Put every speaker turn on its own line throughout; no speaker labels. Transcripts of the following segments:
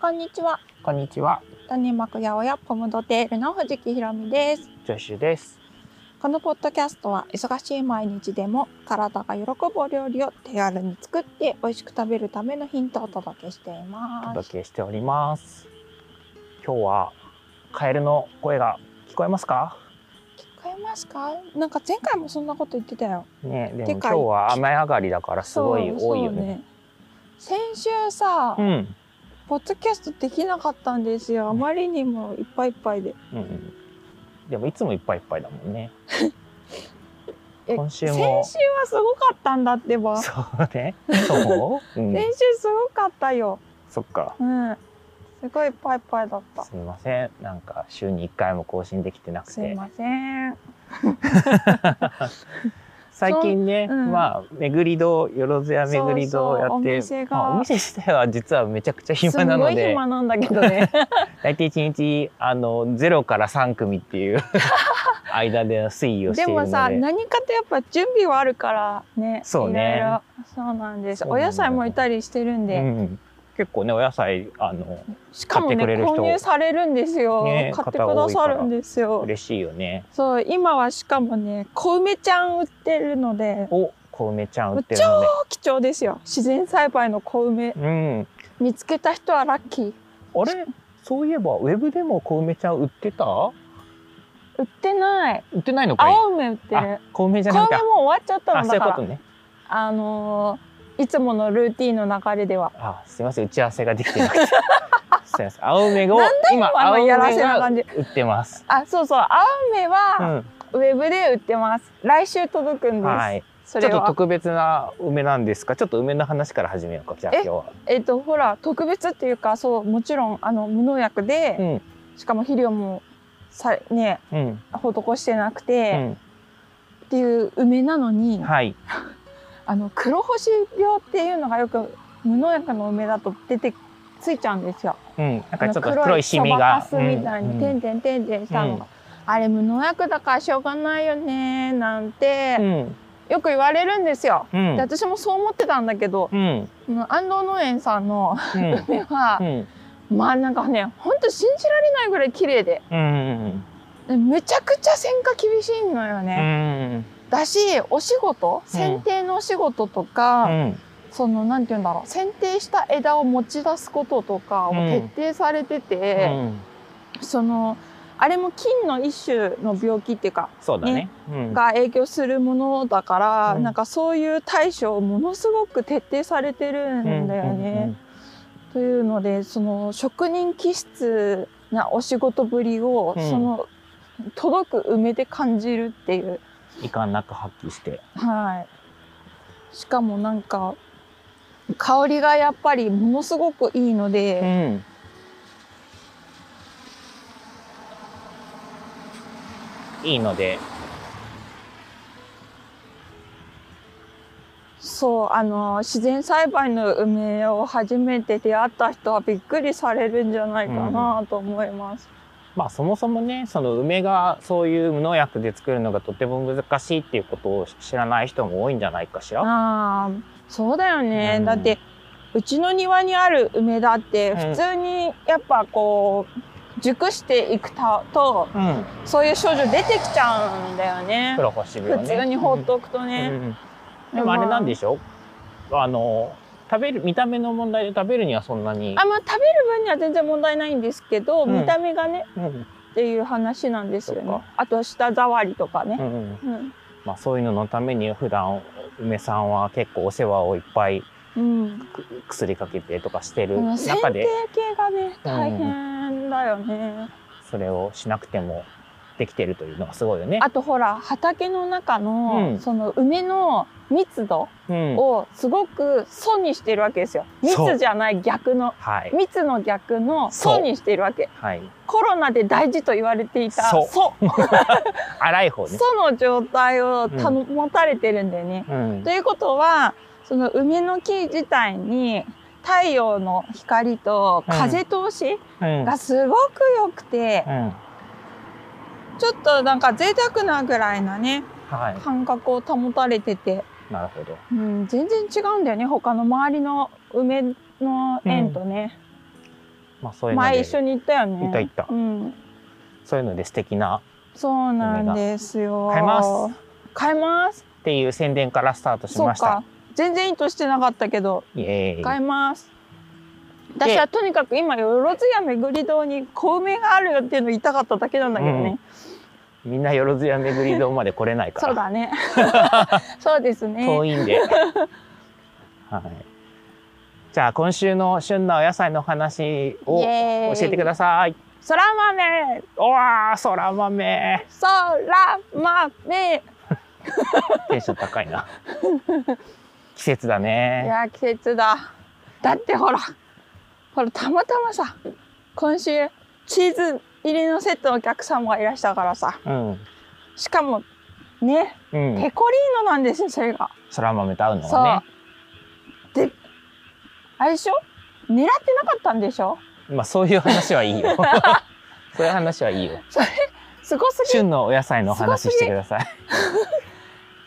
こんにちは。
こんにちは、
種幕八百屋ポムドテールの藤木ひろみです。
ジョシュです。
このポッドキャストは忙しい毎日でも体が喜ぶお料理を手軽に作って美味しく食べるためのヒントをお届けしてい
お
ます
届。けしております。今日はカエルの声が聞こえますか？
聞こえますか？なんか前回もそんなこと言ってたよ。
ねえ、でも
て
今
か
日は雨上がりだからすごい
そう
多いよね。。
そう先週さ、
う
ポッドキャストできなかったんですよ。あまりにもいっぱいいっぱいで。
ん、うんうん。でもいつもいっぱいいっぱいだもんね。
え
今週
先週
も
はすごかったんだってば。先
そうね。そう？うん。
週すごかったよ。
そっか。
うん。すごいいっぱいいっぱいだった。
すみません。なんか週に一回も更新できてなく
すい
て。
ません。
最近ね、
そううん
まあ巡り堂よろずや巡り堂やって
そうそうお店が
まあお店自体は実はめちゃくちゃ暇なの
すごい
で
暇なんだけど ね。
大体一日あのゼロから三組って いう間での推移をしてい
で
るの
も
で
さ、何かとやっぱ準備はあるからね。
そうね
いろいろそうなんです。
そう
お
なんだよ
野菜もいたりしてるん
う
で、
ん、結構ねお野菜あの
しかも
買っ
ね
てくれる人
購入されるんですよ。
ね
買ってくださるんですよ。
嬉しいよね
そう今はしかもね、小梅ちゃん売ってるので。
お小梅ちゃん売ってる
超
ので
貴重ですよ自然栽培の小梅
うん
見つけた人はラッキー
あれそういえばウェブでも小梅ちゃん売ってた
売ってない
売ってないのかい
青梅売って
あ
る
小梅じゃ
小
なか
梅もう終わっちゃった
あ
の
そうい
だ
う
か
こ
ら
とね
あのーいつものルーティーンの流れでは
あ、すみません、打ち合わせができてなく て。すみません、青梅を 今
あの
青梅
やらせな
が
感じ
売ってます。
あそうそう青梅
う
は
ん、
ウェブで売ってます来週届くんです、
はい。
そ
ち
れ
ょっと
は
特別な梅なんですか。ちょっと梅の話から始めようか。じゃあ
え
今日は。
えっ、とほら特別っていうかそうもちろんあの無農薬
う
で、
ん、
しかも肥料もさね
うん、
施してなく
う
て、
ん、
っていう梅なのに、
はい。
あの黒星病っていうのがよく無農薬の梅だと出てついちゃうんですよ
うん、なんかちょっと
あの
黒いシミが。
そばかすみたいに
うん
てんてんてんてんしたのが、あれ無農薬だからしょうがないよねなんて、
うん、
よく言われるんですよ。
うん、
で私もそう思ってたんだけど、
うん、うん、
あの安藤農園さんの
うん
梅は、
うん
まあなんかねほんと信じられないぐらい綺麗で
うん、
でめちゃくちゃ選果厳しいのよ
う
ね、
ん、
だしお仕事剪定のお仕事とか、
うん、
そのなんて言うんだろう剪定した枝を持ち出すこととかを
うん
徹底されてて。
うん
そのあれも菌の一種の病気っていうか
そうだね。うん、
が影響するものだから、
うん
なんかそういう対処をものすごく徹底されてるんだよね。というのでその職人気質なお仕事ぶりを、
うん
その届く梅で感じるっていう。
うん。いかんなく発揮して。
はい、しかもなんか香りがやっぱりものすごくいいので。
うん。いいので。
そうあの自然栽培の梅を初めて出会った人はびっくりされるんじゃないかなと思います。
まあそもそもねその梅がそういう無農薬で作るのがとても難しいっていうことを知らない人も多いんじゃないかしら。
ああそうだよね、
うん
だってうちの庭にある梅だって
うん
普通にやっぱこう熟していくたと
うん。
そういう症状出てきちゃうんだよね
黒星病ね。
普通に放っておくとね。
うんでもあれなんで
し
しょ。あの食べる見た目の問題で食べるにはそんなに
あ。まあ食べる分には全然問題ないんですけど、
うん
見た目がね
うん
っていう話なんですよ
そっ
ね
か。
あと舌触りとか
う
ね。
んうん。
うん
まあそういうののために普段梅さんは結構お世話をいっぱい
うん
く薬かけてとかして
う
る
ん
中で
剪定系がね大変だよね、
それをしなくてもできてるというのがすごいよね。
あとほら畑の中の、
うん
その梅の密度
うん。
をすごく素にしてるわけですよ
そう
密じゃない逆の
はい
密の逆の
そう
素にしてるわけ
はい。
コロナで大事と言われていた
そう
素
粗い方ね。
素の状態を
うん
保たれてるんだよね、
うん
と。いうことはその梅の木自体に太陽の光と風通し
うん
がすごく良くて、
うん。
ちょっとなんか贅沢なぐらいなね
は
感覚を保たれてて、
い。なるほど。
うん、全然違うんだよね他の周りの梅の園とね、
まあそういうの
前
で
一緒に行ったよね
行った行った
うん、
そういうので素敵な
そうなんですよ
買います
買います
っていう宣伝からスタートし
そう
ました
か。全然意図してなかったけど
イエー
買
イ。
います
で
私はとにかく今よろずやめぐり堂に小梅があるよっていうのを言いたかっただけなんだけどね、
みんなよろずや巡り堂まで来れないか
そ
ら。
うだね そうです
遠
ね
いんで。 はい。じゃあ今週の旬なお野菜の話を
イ
教
エーイ
えてください。
そら豆
おわー、そら豆。
そら豆
テンション高いな。 季節だ
い
ね。
や季節だだってほらほらたまたまさ今週チーズ入りのセットのお客様がいらしたからさ
うん。
しかもね
うん。
ペコリーノなんですよそれが
そら豆と合うの
そう
が
であれでしょ狙ってなかったんでしょ
ね。まあそういう話はいい よ。そういう話はいいよ。
すごすぎ
旬のお野菜のお話してください。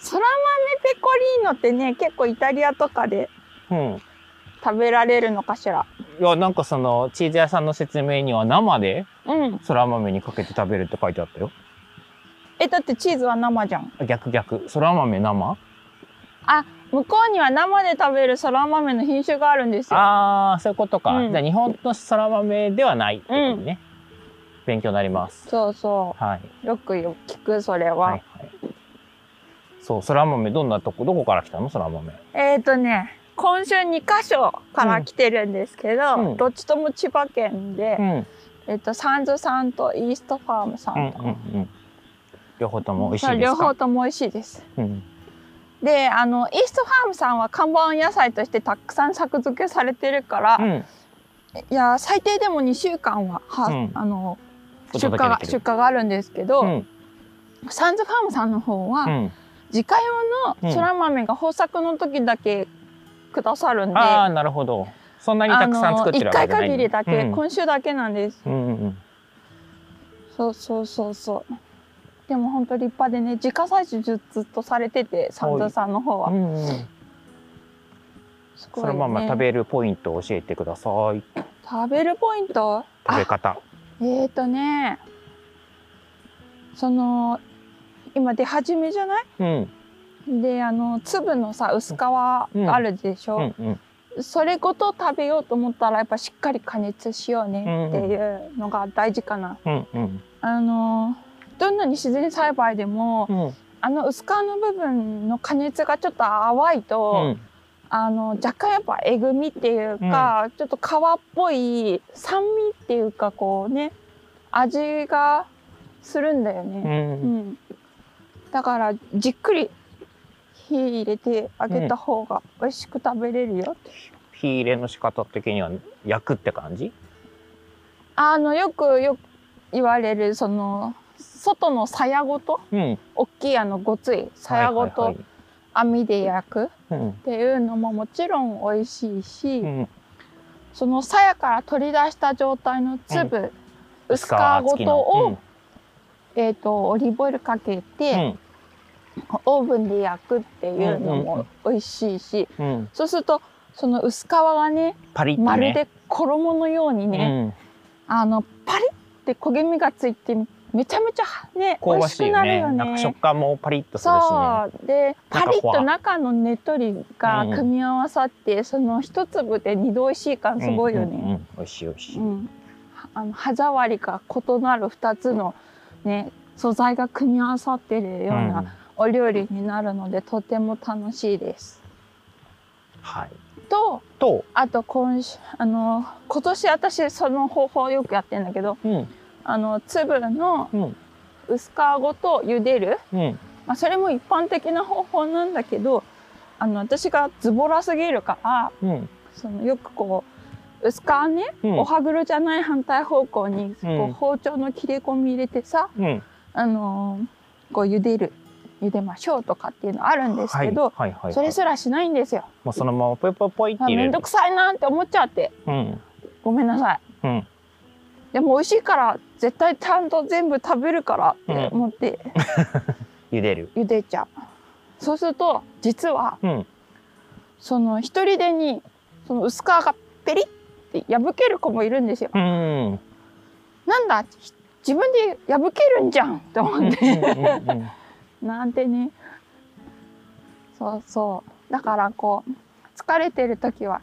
そら豆ペコリーノってね結構イタリアとかで
うん。
食べられるのかしら
いや、なんかその、チーズ屋さんの説明には生で
うん
そら豆にかけて食べるって書いてあったよ。
えだってチーズは生じゃん
逆逆。そら豆生
向こうには生で食べるそら豆の品種があるんですよ
あー、そういうことか。
うん
じゃあ日本のそら豆ではないってことね。勉強になります。
そうそ
はい。
うよくよ聞くそれは、
はい、はい。そう、そら豆、どんなとこ、どこから来たのそら豆。
えっ、ー、とね今週2カ所から来てるんですけど、
うん
どっちとも千葉県で、
うん。うん
えっとサンズさんとイーストファームさん
うん
と、
うん。両方とも美味し
そ
いうです
両
か
方とも美味しいです
うん。
であのイーストファームさんは看板野菜としてたくさん作付けされてるから、
う
い
ん。
や最低でも2週間はは、
うん
あの
お
出荷
届けで
が
き
出
る
荷があるんですけど、
うん。
サンズファームさんの方は、
うん。
自家用のそら豆が豊作の時だけくださるんで、
あー、なるほど。そんなにたくさん作ってるわけ
1
じゃ
回
ない
限
ん
りだけ、
うん
今週だけなんです
うんうんうん。
そうそうそうそうでも本当立派でね自家採取ずずっとされててサンズさんの方は、
うんうん
すごい
そ
ね
のまま食べるポイントを教えてください。
食べるポイント
食
あ
べ方。
えーとねその今出始めじゃない
うん。
であの粒のさ薄皮あ
うん
るでし
う
ょ、
んうん。
それごと食べようと思ったらやっぱしっかり加熱しようねっていうのが大事かな。
うんうん。
あのどんなに自然栽培でも、
うん。
あの薄皮の部分の加熱がちょっと淡いと、あの若干やっぱえぐみっていうか、ちょっと皮っぽい酸味っていうかこうね味がするんだよ
う。
ね、うんだからじっくり火入れてあげた方が美味しく食べれるよって、
火入れの仕方的には焼くって感じ。
あのよくよく言われるその外のさやごと
うん。
大きいあのごついさやご
はい
と
はい
網で焼く、
はい。うん
っていうのももちろん美味しいし、
うん。
その鞘から取り出した状態の粒、薄皮ご
付き
と
の
を、。えー、とオリーブオイルかけ
う
て、
ん
オーブンで焼くっていうの
うんうんう
も
ん
美味しいし、
うん。うん。
そうするとその薄皮がね
パリッとね。
まるで衣のようにね、あのパリって焦げ目がついてめちゃめちゃね
うん。香
美
ば
味し
しい
く
よ
なる
ね。
よ
なんか
ね
食。感もパリッとするし
そうでパリッと中のねっとりが組み合わさって、その一粒で二度美味しい感
ね。
すごいよね。
うんうんうん。美味しい美味しい。
うん、あの歯触りが異なる2つの、ね、素材が組み合わさっているよう
うん
な。お料理になるので、とても楽しいです。
はい。
と
と。
あと今週あの今年私その方法よくやってんだけど
うん。
あの粒の
うん。
薄皮ごと茹でる、
うん。
まあ、それも一般的な方法なんだけどあの私がズボラすぎるから
うん。
そのよくこう薄皮ね
うん。
お歯黒じゃない反対方向にこ
うん
う包丁の切れ込み入れてさ、
うん。
あのーこう茹でる茹でましょうとかっていうのあるんです
は
け
い。
ど、
はい。はい。
それすらしないんですよ。
もうそのままぽいぽいぽいって
あ
入
め
れ
ん
る
ど。くさいなって思っちゃって
うん。
ごめんなさい。
うん。
でも美味しいから絶対ちゃんと全部食べるからって思って
茹でる。
茹でちゃう。そうすると実は
うん。
その一人でにその薄皮がペリッって破ける子もいるんですよ。
うんうん
なんだひ自分で破けるんじゃんと
うん
思っ
う
て
ん うん
なんてねそうそうだからこう疲れてる時は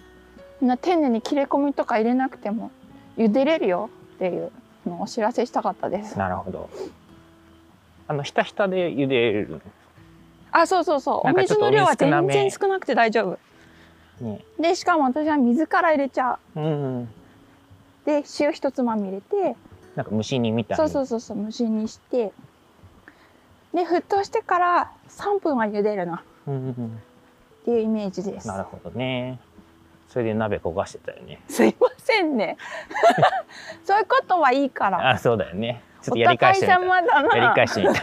そんな丁寧に切れ込みとか入れなくても茹でれるよっていうのをお知らせしたかったです。
なるほど。あのひたひたで茹でる
あそうそうそう
な
お
んか
水
ちょっと
の量は
お水少な
全
め
然少なくて大丈夫。
ね。
でしかも私は水から入れちゃう。
うんうん。
で塩一つまみ入れて
なんか蒸し煮みたい
そ
な。
うそうそうそう蒸しにしてで沸騰してから3分は茹でるなっ
うんうんうん。
ていうイメージです
なるほどね。それで鍋焦がしてたよね。
すいません ねそういうことはいいから
あ、そうだよね。
お
ちょっとやり
互い
返してみた。
様だ
やり
な
返してみた。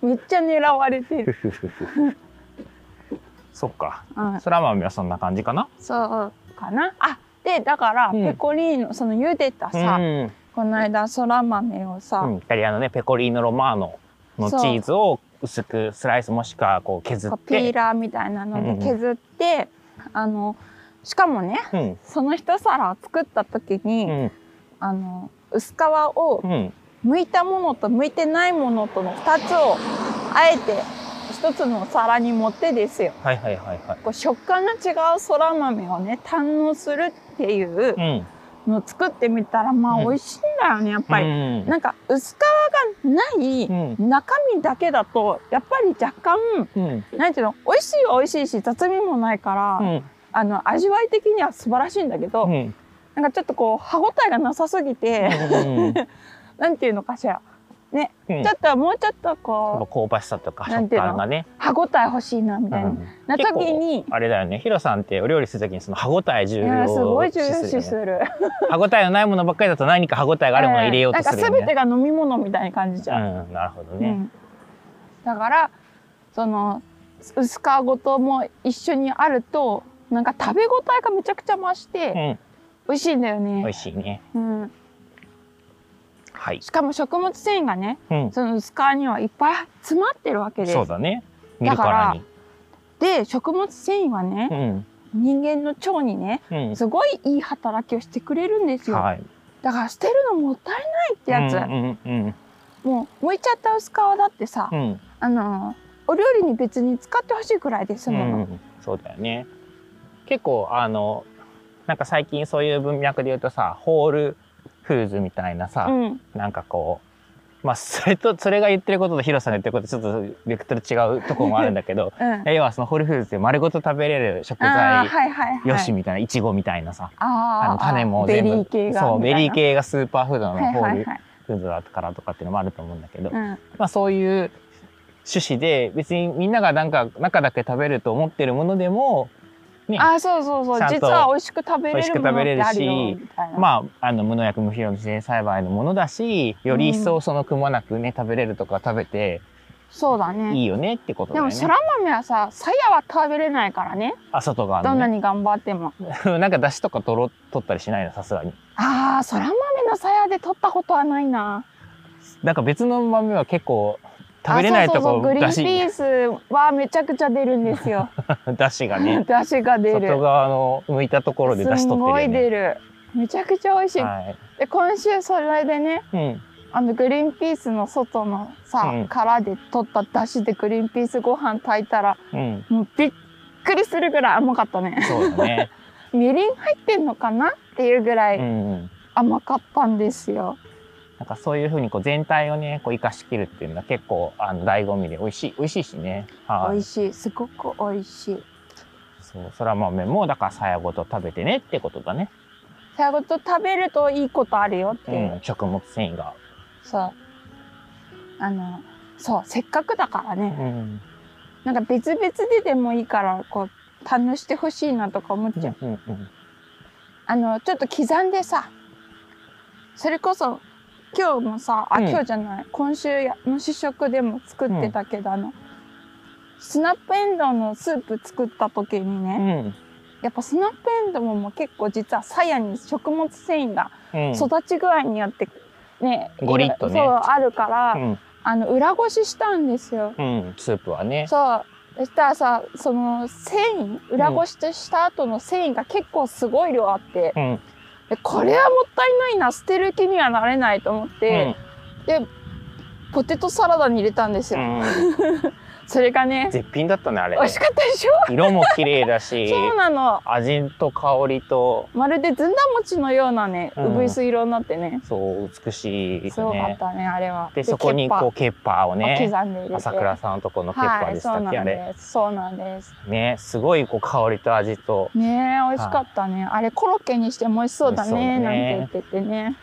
めっちゃ狙われてる、
そっか。
うん、
そら豆はそんな感じかな。
そうかなあでだから
うん
ペコリーノ、その茹でた
う
さ、
ん。
この間そら豆をさ、
うんイタリアのねペコリーノロマーノのチ
そう
ーズを薄くスライスもしくはこう削
こ
っ
うピー
て。
ラーみたいなので削って、あのしかもね
うん
その一皿を作った時に、
うん
あの薄皮を
うん。
剥いたものと剥いてないものとの2つをあえて1つのお皿に盛ってですよ
はいはいはいはい。
こう食感が違うそら豆をね堪能するっていう
うん。
のを作ってみたらまあ
うん
美味しいんだよねやっぱり。
うん
なんか薄皮がない
うん
中身だけだとやっぱり若干
うん
なんていうの美味しいは美味しいし雑味もないから、
うん
あの味わい的には素晴らしいんだけど、
うん
なんかちょっとこう歯ごたえがなさすぎて、
うん
なんていうのかしら
うん
ちょっともうちょっと
やっぱ
こ
香ばしさとか
なん
食
ていうの
感がね、
う歯ごたえ欲しいなみたいな,、
うん
な時に
あれだよねヒロさんってお料理するときにその歯ごたえ重
いや
要
すごい
視
重要視す
るよね
る
歯ごたえのないものばっかりだと何か歯ごたえがあるものを入れようとする
な
よ
んか全
ね
てが飲み物みたいな感じじゃん、
うんなるほど
う
ね
んだからその薄皮ごとも一緒にあるとなんか食べ応えがめちゃくちゃ増し
う
て
ん
美味しいんだよ
美
ね、
味しいね
うん、
はい
しかも食物繊維がね
うん
その薄皮にはいっぱい詰まってるわけです
そうだね見るからに
で食物繊維はね、
うん
人間の腸にね
うん
すごいいい働きをしてくれるんですよ、
はい
だから捨てるのもったいないってやつ、
うんうん
もう剥いちゃった薄皮だってさ、
うんうん
あのお料理に別に使ってほしいくらいです
う
も
んう
の、
んそうだよね結構あのなんか最近そういう文脈で言うとさホールフーズみたいなさ、
うん
なんかこう、まあ、それと、それが言ってることとヒロさんが言ってることちょっとベクトル違うところもあるんだ けど、
うん
要はそのホールフーズって丸ごと食べれる食
ああ
材、
はいはいはい
よしみたいな、いちごみたいなさ、
あ
あ
ー
の種も全部、
ベリー系が
そう、
み
ベ
たい
リ
な
ー系がスーパーフード
は
の
い
ホ
は
ー
い
ル
はい、
フードだからとかっていうのもあると思うんだけど、
うん
まあそういう趣旨で、別にみんながなんか中だけ食べると思ってるものでも、ね
あーそうそうそう
ちゃんと
実は美味しく食べ
美
れ
味し
るも
く食
のっ
べれ
て
る
あ
し
るよみたいな、
まあ、あの無農薬無肥料の自然栽培のものだしより一層そのくまなくね食べれるとか食べて
そうだね
いいよねってことだ
で
よ
も
ね。
そら豆はささやは食べれないからね
あ外側
ど
の
んな
ね、
に頑張っても
なんか出汁とかとろ取ったりしないのさすがに
あーそら豆のさやで取ったことはないな
なんか別の豆は結構食べれないと
あそうそう
こ
そうグリー
出
ンピ
汁
ースはめちゃくちゃ出るんです よ
出汁がね
出汁が出る
外側の向いたところで出
す
汁
んご
取っ
い
てるよね
出るめちゃくちゃ美味しい、
はい
で今週それでね
うん
あのグリーンピースの外のさ、
うん
殻で取った出汁でグリーンピースご飯炊いたら
うん
もうびっくりするぐらい甘かったね
そうだね、
みりん入ってんのかなっていうぐら
う
い
んうん、
甘かったんですよ、
なんかそういうふうにこう全体をねこう生かしきるっていうのは結構あの醍醐味で美味しい美味しいしねはい
美味しいすごく美味しい
そう、そら豆もだからさやごと食べてねってことだね。
さやごと食べるといいことあるよって
う
いう、
ん、食物繊維が。
そうあのそうせっかくだから
う
ね
ん、
なんか別々ででもいいからこう楽してほしいなとか思っちゃう、
うん、うん、
あのちょっと刻んでさそれこそ今日もさあ、
うん
今日じゃない今週の試食でも作ってたけど、あのスナップエンドウのスープ作った時に
う
ね、
ん、
やっぱスナップエンドウも結構実はさやに食物繊維が
うん、
育ち具合によってね、
ゴリッとね
そうあるから、
うん、
あの裏ごししたんですよ。
うん、スープはね。
そうそしたらさその繊維裏ごしとした後の繊維が結構すごい量あって、
うん
でこれはもったいないな捨てる気にはなれないと思って、ポテトサラダに入れたんです
う
よ、
ん、
それがね
絶品だったねあれ
美味しかったでしょ、
色も綺麗だし
そうなの
味と香りと
まるでずんだ餅のようなね
うん
うぐいす色になってね、
そう美しいです
すごかっ
ね
たねあれは
でそこにこうケッパー
う
を
刻ん
ね
で入れて
朝倉さんのとこのケッパーでしたっけ、あれ
はいそうなんですそうなんです
ねすごいこう香りと味と
ねえ美味しかったね、あれコロッケにしても美味しそうだね
美
なんて
味
言っててね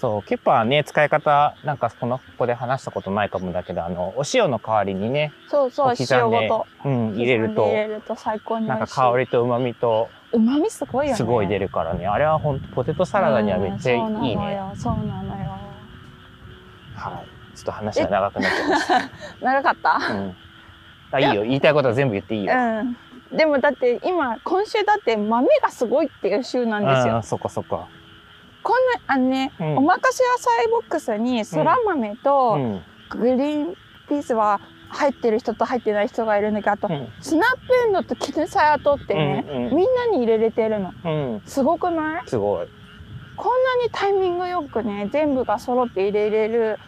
そうケッパーね使い方なんかこのここで話したことないかもだけどあのお塩の代わりにね、
そうそう
お刻んで
塩ごと
うん、入れる
刻ん
と
で入れると最高に美
なん
味しい
か香りと旨味と
うまみすごいよね
すごい出
る
るからねあれはほんとポテトサラダにはめっちゃいいね、
そうなのよそうなのよ
はい、ちょっと話が長くなっちゃいました、
長かった
うん、あいいよ言いたいことは全部言っていいよ、
うんでもだって今今週だって豆がすごいっていう週なんですよ、
あーそっかそっか、
こんなあのね、
うん
おまかせ野菜ボックスにそら豆
う
と
ん
グリーンピースは入ってる人と入ってない人がいるんだけどあと、
うん
スナップエンドと絹さやとってね、
うんうん
みんなに入れれてるの
うん、
すごくない
すごい
こんなにタイミングよくね全部が揃って入れれる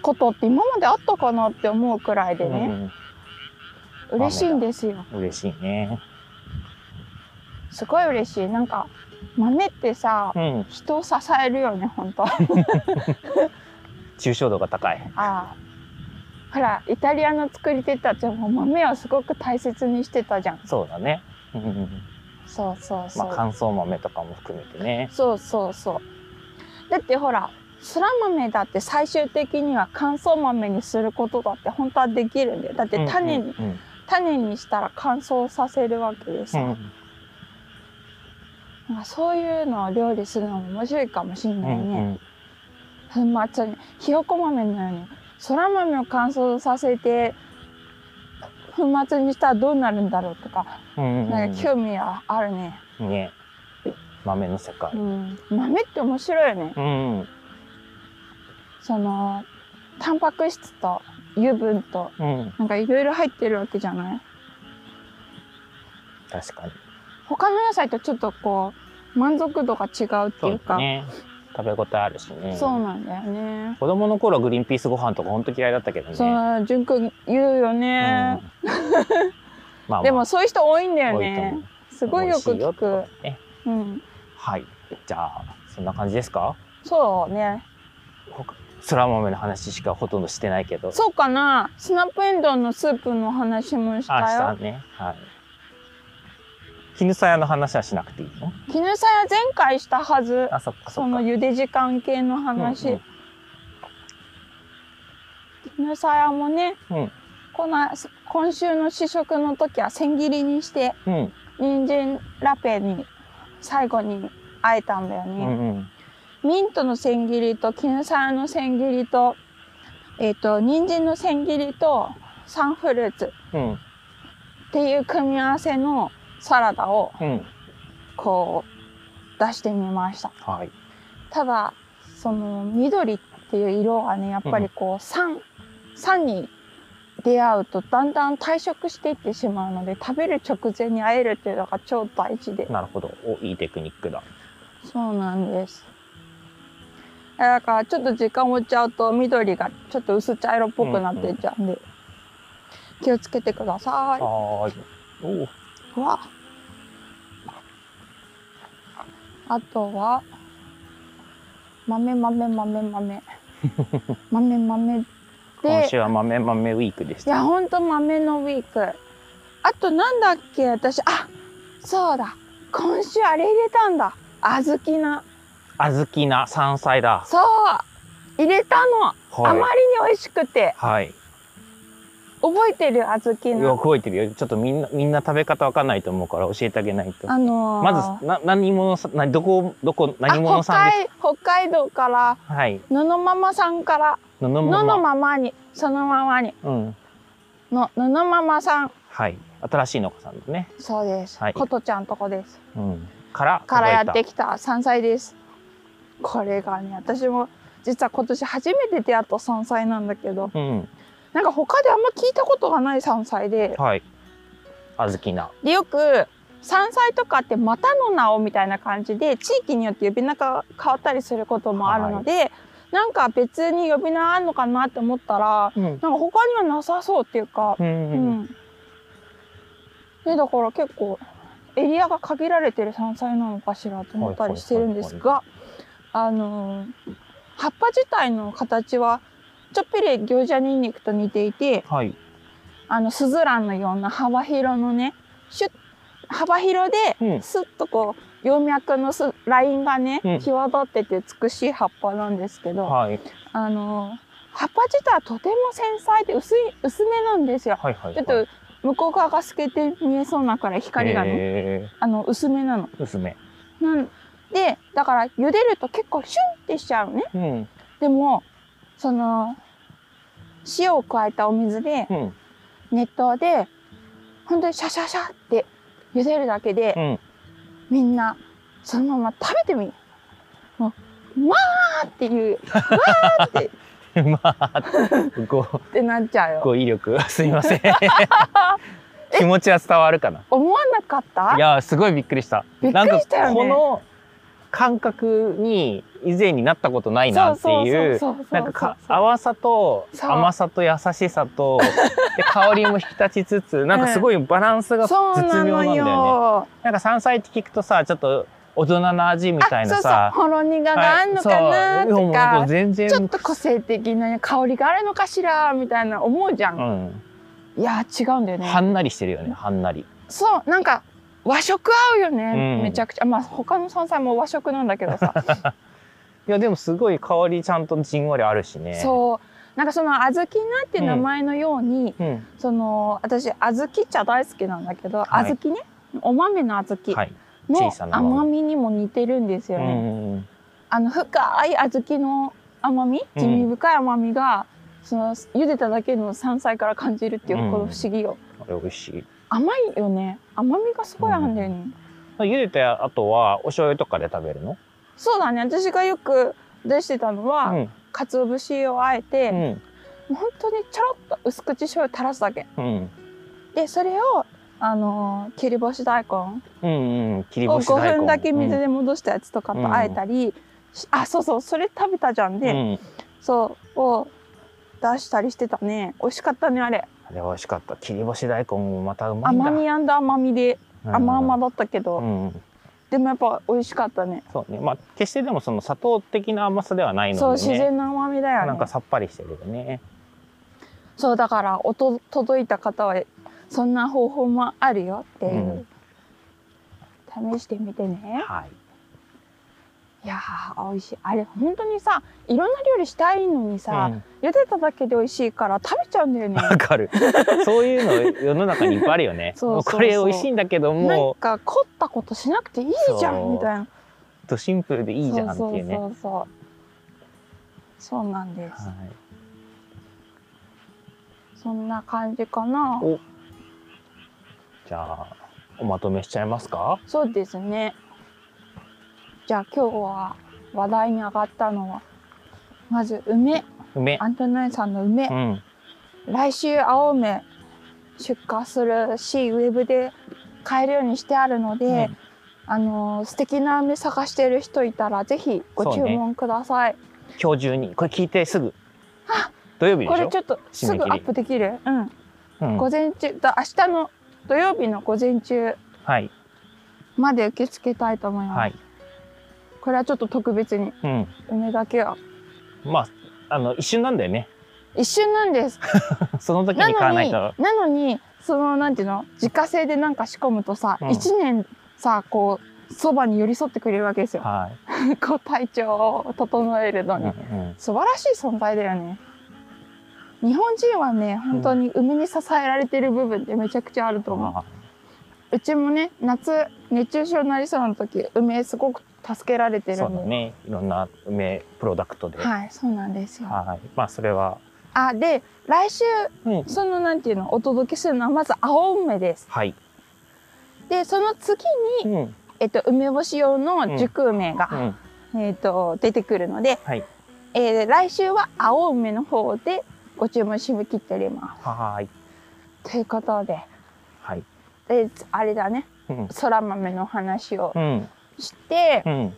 ことって今まであったかなって思うくらいでね、
ん
嬉しいんですよ
うん、嬉しいね
すごい嬉しいなんか豆ってさ
うん
人を支えるよね本 当あ
抽象度が高い
あほらイタリアの作り手たちも豆をすごく大切にしてたじゃん
そうだね、うんうんうん、
そうそうそ
ま
う、
あ乾燥豆とかも含めてね
そうそうそうだってほらそら豆だって最終的には乾燥豆にすることだって本当はできるんだよだって種に、
うんうん
種にしたら乾燥させるわけで
う
さ、
ん
まあ、そういうのを料理するのも面白いかもしん
う
ないね、
ん
粉末にひよこ豆のようにそら豆を乾燥させて粉末にしたらどうなるんだろうとか、
うんうん
なんか興味はあるね、
うんね豆の世界
うん、豆って面白いよね
うんうん
そのタンパク質と油分となんかいろいろ入ってるわけじゃない
確かに
他の野菜とちょっとこう満足度が違うって
そ
いう
う
か
だね食べ応えあるしね
そうなんだよね。
子供の頃はグリーンピースご飯とか本当嫌いだったけどね
そう、じゅんくん言うよ
うん
ね、
まあまあ
でもそういう人多いんだよ
多いと
ね
思う。
すごいよく
美味し
聞
とか
く。
ね
うん。
はいじゃあそんな感じですか
そうね。
そら豆の話しかほとんどしてないけど
そうかな。スナップエンドウのスープの話もし
あ、
た
した
よ。
ね。はい。絹さやの話はしなくていいの？
絹さや前回したはず。
あ、そっかそ
そ
っか。
の茹で時間系の
うんう
話
ん。
絹さやもね、
うん
この今週の試食の時は千切りにして
うん
人参ラペに最後にあえたんだよね。
うんうん
ミントの千切りと絹さやの千切りとえっ、と人参の千切りとサンフルーツ
うん
っていう組み合わせのサラダを
うん。
こう出してみました。
はい。
ただその緑っていう色はねやっぱりこう酸酸に出会うとだんだん退色していってしまうので食べる直前にあえるっていうのが超大事で
なるほど。お、いいテクニックだ。
そうなんです。だからちょっと時間を置いちゃうと緑がちょっと薄茶色っぽくなってっちゃうんで、気をつけてください。
はーい。おー、
うわあとは豆豆豆 豆豆豆
今
で
週は豆豆ウィークでし
い
た。
やほんと豆のウィークあとなんだっけ私あそうだ今週あれ入れたんだ小豆菜
小豆な山菜だ。
そう入れたの、あまりに
はい。
美味しくて
はい。
覚えてる小
い
豆
や
の
覚えてるよ。ちょっとみんなみんな食べ方わかんないと思うから教えてあげないと。
あのー、
まずな何者さなどこどこ何
あ
者
北
さんです
海北海道から
か。はい。
野々ママさんから
のの
野
ま
々マ
ま。
マにそのままに
うん。
の野々ママさん
はい。新しいのかさんだね。
そうです、
はい
ことちゃんとこです
うん。から
からやっ
届
て
い
きた山菜ですこれがね私も実は今年初めて出会った山菜なんだけど
た。うん。
なんか他であんま聞いたことがない山菜で
はい。小豆菜。
でよく山菜とかって「またの名を」みたいな感じで地域によって呼び名が変わったりすることもあるので、なんか別に呼び名あるのかなって思ったら
うん。
なんか他にはなさそうっていうか、
う
うん
うん
んでだから結構エリアが限られてる山菜なのかしらと思ったりしてるんですがあのー葉っぱ自体の形はちょっぴり行者ニンニクと似ていて
はい。
あのスズランのような幅広のねシュッ幅広で
うん。
スッとこう葉脈のすラインがね、
うん
際立ってて美しい葉っぱなんですけど、
はい。
あの葉っぱ自体はとても繊細で薄い薄めなんですよ。
はいはいはい。
ちょっと向こう側が透けて見えそうなからい光がね、
え
あの薄めなの。
ー、娘。
なんでだから茹でると結構シュンってしちゃうね。
うん。
でもその塩を加えたお水で
うん。
熱湯で本当にシャシャシャって茹でるだけで、
うん。
みんなそのまま食べてみもう「わー!」っていう「わー!」って
まあ、ご、
ってなっちゃうよ。
ご威力、 すみ ません。気持ちは伝わるかな。
思わなかった
いやー、すごいびっくりした。
びっくりしたよね
なんかこの感覚に以前になったことないなっていう。
そうそうそうそうそう
なんかか淡さと
そう
甘さと優し さとで香りも引き立ちつつなんかすごいバランスが絶
そうな
妙なん
の
だよね。
よ。
なんか山菜って聞くとさちょっと大人の味みたい
あ、そ
な
うそう
さ。
ほろ苦があんのかな
はいそう
と
もうほん
か
と、全
ちょっ
然
と個性的な香りがあるのかしらみたいな思うじゃ。
うんん
いや違うんだよね
は。んなりしてるよねはんなり。
そうなんか和食合うよね、
うん
めちゃくちゃまあ他の山菜も和食なんだけどさ、
いやでもすごい香りちゃんとじんわりあるし ね。
そうなんかその小豆菜って名前のように、
う。うん。
その私小豆茶大好きなんだけど、
はい
小豆ねお豆の小豆
はい。
の
小さな豆
甘みにも似てるんです
う
よね、
んうん
あの深い小豆の甘み
うん
地味深い甘みが、その茹でただけの山菜から感じるっていう
うん
この不思議よ、
あれ美味しい。
甘いよね甘みがすごいあるんだよね、
茹でた後はお醤油とかで食べるの？
そうだね私がよく出してたのは、
うん
鰹節をあえて、
う
も
ん
う本当にちょろっと薄口醤油垂らすだけ
うん
でそれをあのー切り干し大根
うんうん切り
を
干し大根。
5分だけ水
で。
で戻したやつとかとあえたり、しあそうそうそれ食べたじゃん
う
で、
ん。
そうを出したりしてたね美味しかったねあれ
あれ美味しかった。切り干し大根もまたうまいんだ。
甘み甘みで
うん
甘々だったけど、
うんうん。
でもやっぱ美味しかったね
そうね。まあ決してでもその砂糖的な甘さではないのでね。
そう自然な甘みだよね
なんかさっぱりしてるよね。
そうだから音届いた方はそんな方法もあるよっていう、試してみてね
はい。
いやー美味しいあれ本当にさいろんな料理したいのにさ、
うん
茹でただけで美味しいから食べちゃうんだよね
わ かる。そういうの世の中にいっぱいあるよね。
そうそうそう
これ美味しいんだけど
なん
も
か凝ったことしなくていいじゃ
そ
ん
う
みたいな
とシンプルでいいじゃんっていうね。
そうそうそうそうそうなんです、
はい
そんな感じかな
おじゃあおまとめしちゃいますか。
そうですねじゃあ今日は話題に上がったのはまず梅
梅。
アントナイさんの梅
うん。
来週青梅出荷するしウェブで買えるようにしてあるので、
うん
あの素敵な梅探してる人いたらぜひご注
そう
文ください、
今日中にこれ聞いてすぐ土曜日で
こ
し
れ
ょ
ちょっとすぐアップできるうん、
うん
午前中だ明日の土曜日の午前中
はい
まで受け付けたいと思います、
はい、
これはちょっと特別に
うん、
梅だけは
まああの一瞬なんだよね
一瞬なんです
その時
な
に買わ
の
ない
に、
と
なのに、そのなんていうの、自家製でなんか仕込むとさ
う、ん
一、年さ、こう。そばに寄り添ってくれるわけですよ。
は
こう体調を整えるの
い、
に、
うんうん
素晴らしい存在だよね。日本人はね、本当に梅に支えられてる部分ってめちゃくちゃあると思う。
まあ
うちもね、夏熱中症になりそうな時、梅すごく助けられてるん
そう
で。
だねいろんな梅プロダクトで、
はい、そうなんですよ。
はいまあそれは
あ、で、来週、
うん
そのなんていうの、お届けするのはまず青梅です。
はい、
で、その次に。
うんうん
えっと、梅干し用の熟梅が、えっと、出てくるので、
はい
えー来週は青梅の方でご注文締め切っておりま
はーい
す。ということで、
はい
えあれだね
うん
そら豆の話を
うん
して、
うんポイ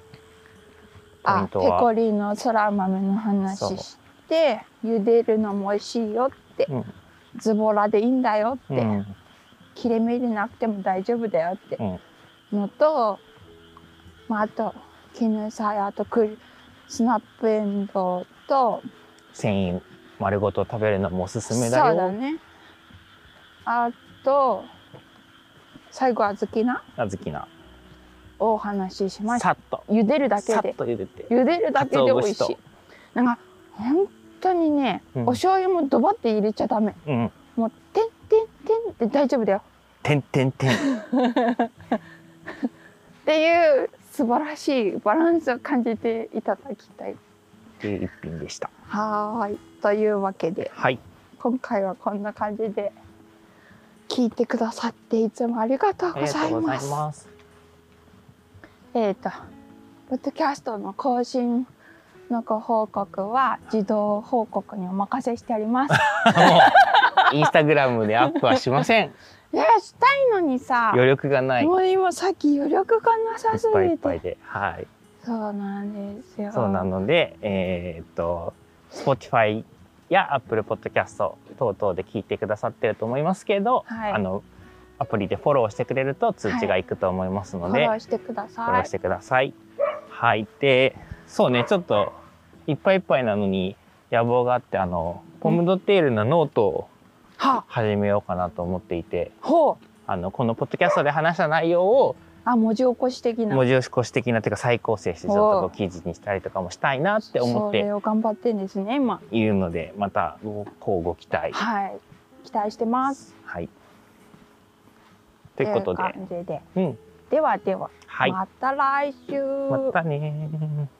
あ
ン
ペ
トは
コリのそら豆の話
そう
して茹でるのも美味しいよって、
うん
ズボラでいいんだよって、
うん
切れ目でなくても大丈夫だよって、のと、まあ、あと絹さやあとクリスナップエンドウと
繊維丸ごと食べるのもおすすめだ
そうだ
よ
ねあと最後は小豆菜
あずきな
をお話ししました
さっと
茹でるだけ
さ
で
っと茹でて
茹でるだけで美味し
鰹節
いなんか本当にね、
うん
お醤油もドバって入れちゃダメ
うん
もうてんてんてんって大丈夫だよ
てんてんてん
っていう素晴らしいバランスを感じていただきたい
いい一品でした
はーいというわけで
はい
今回はこんな感じで聞いてくださっていつもありがとう
あ
ご
りが
ざい
とうござ
ま
い
す。
ます
えっ、とポッドキャストの更新のご報告は自動報告にお任せしており ます。
もうインスタグラムでアップはしません
いやしたいのにさ、
余力がないい
もう今さっき余力がなさす
っぱいい
ぎ
っぱい
て
ではい
そうなんですよ。
そうなので、えーっと、Spotify や Apple Podcast 等々で聞いてくださってると思いますけど、
はい
あの、アプリでフォローしてくれると通知がいくと思います
フ
の
ォ
で、
ローしてくだ
フォロ
さ
ーし
い。
てください。はい。で、そうね、ちょっと、いっぱいいっぱいなのに野望があって、あの、ポムドテールのノートを
は
始めようかなと思っていて、
ほう
あの、このポッドキャストで話した内容を
あ文字起こし的な。
文字起こし的なというか再構成してちょっとこう記事にしたりとかもしたいなって思っ
そ
て
れを頑張ってんですね今。
いるのでまたご乞うご期待
はい期待してます。
はいということで
感じで
うん
ではでは。
はい
また来週。
またねー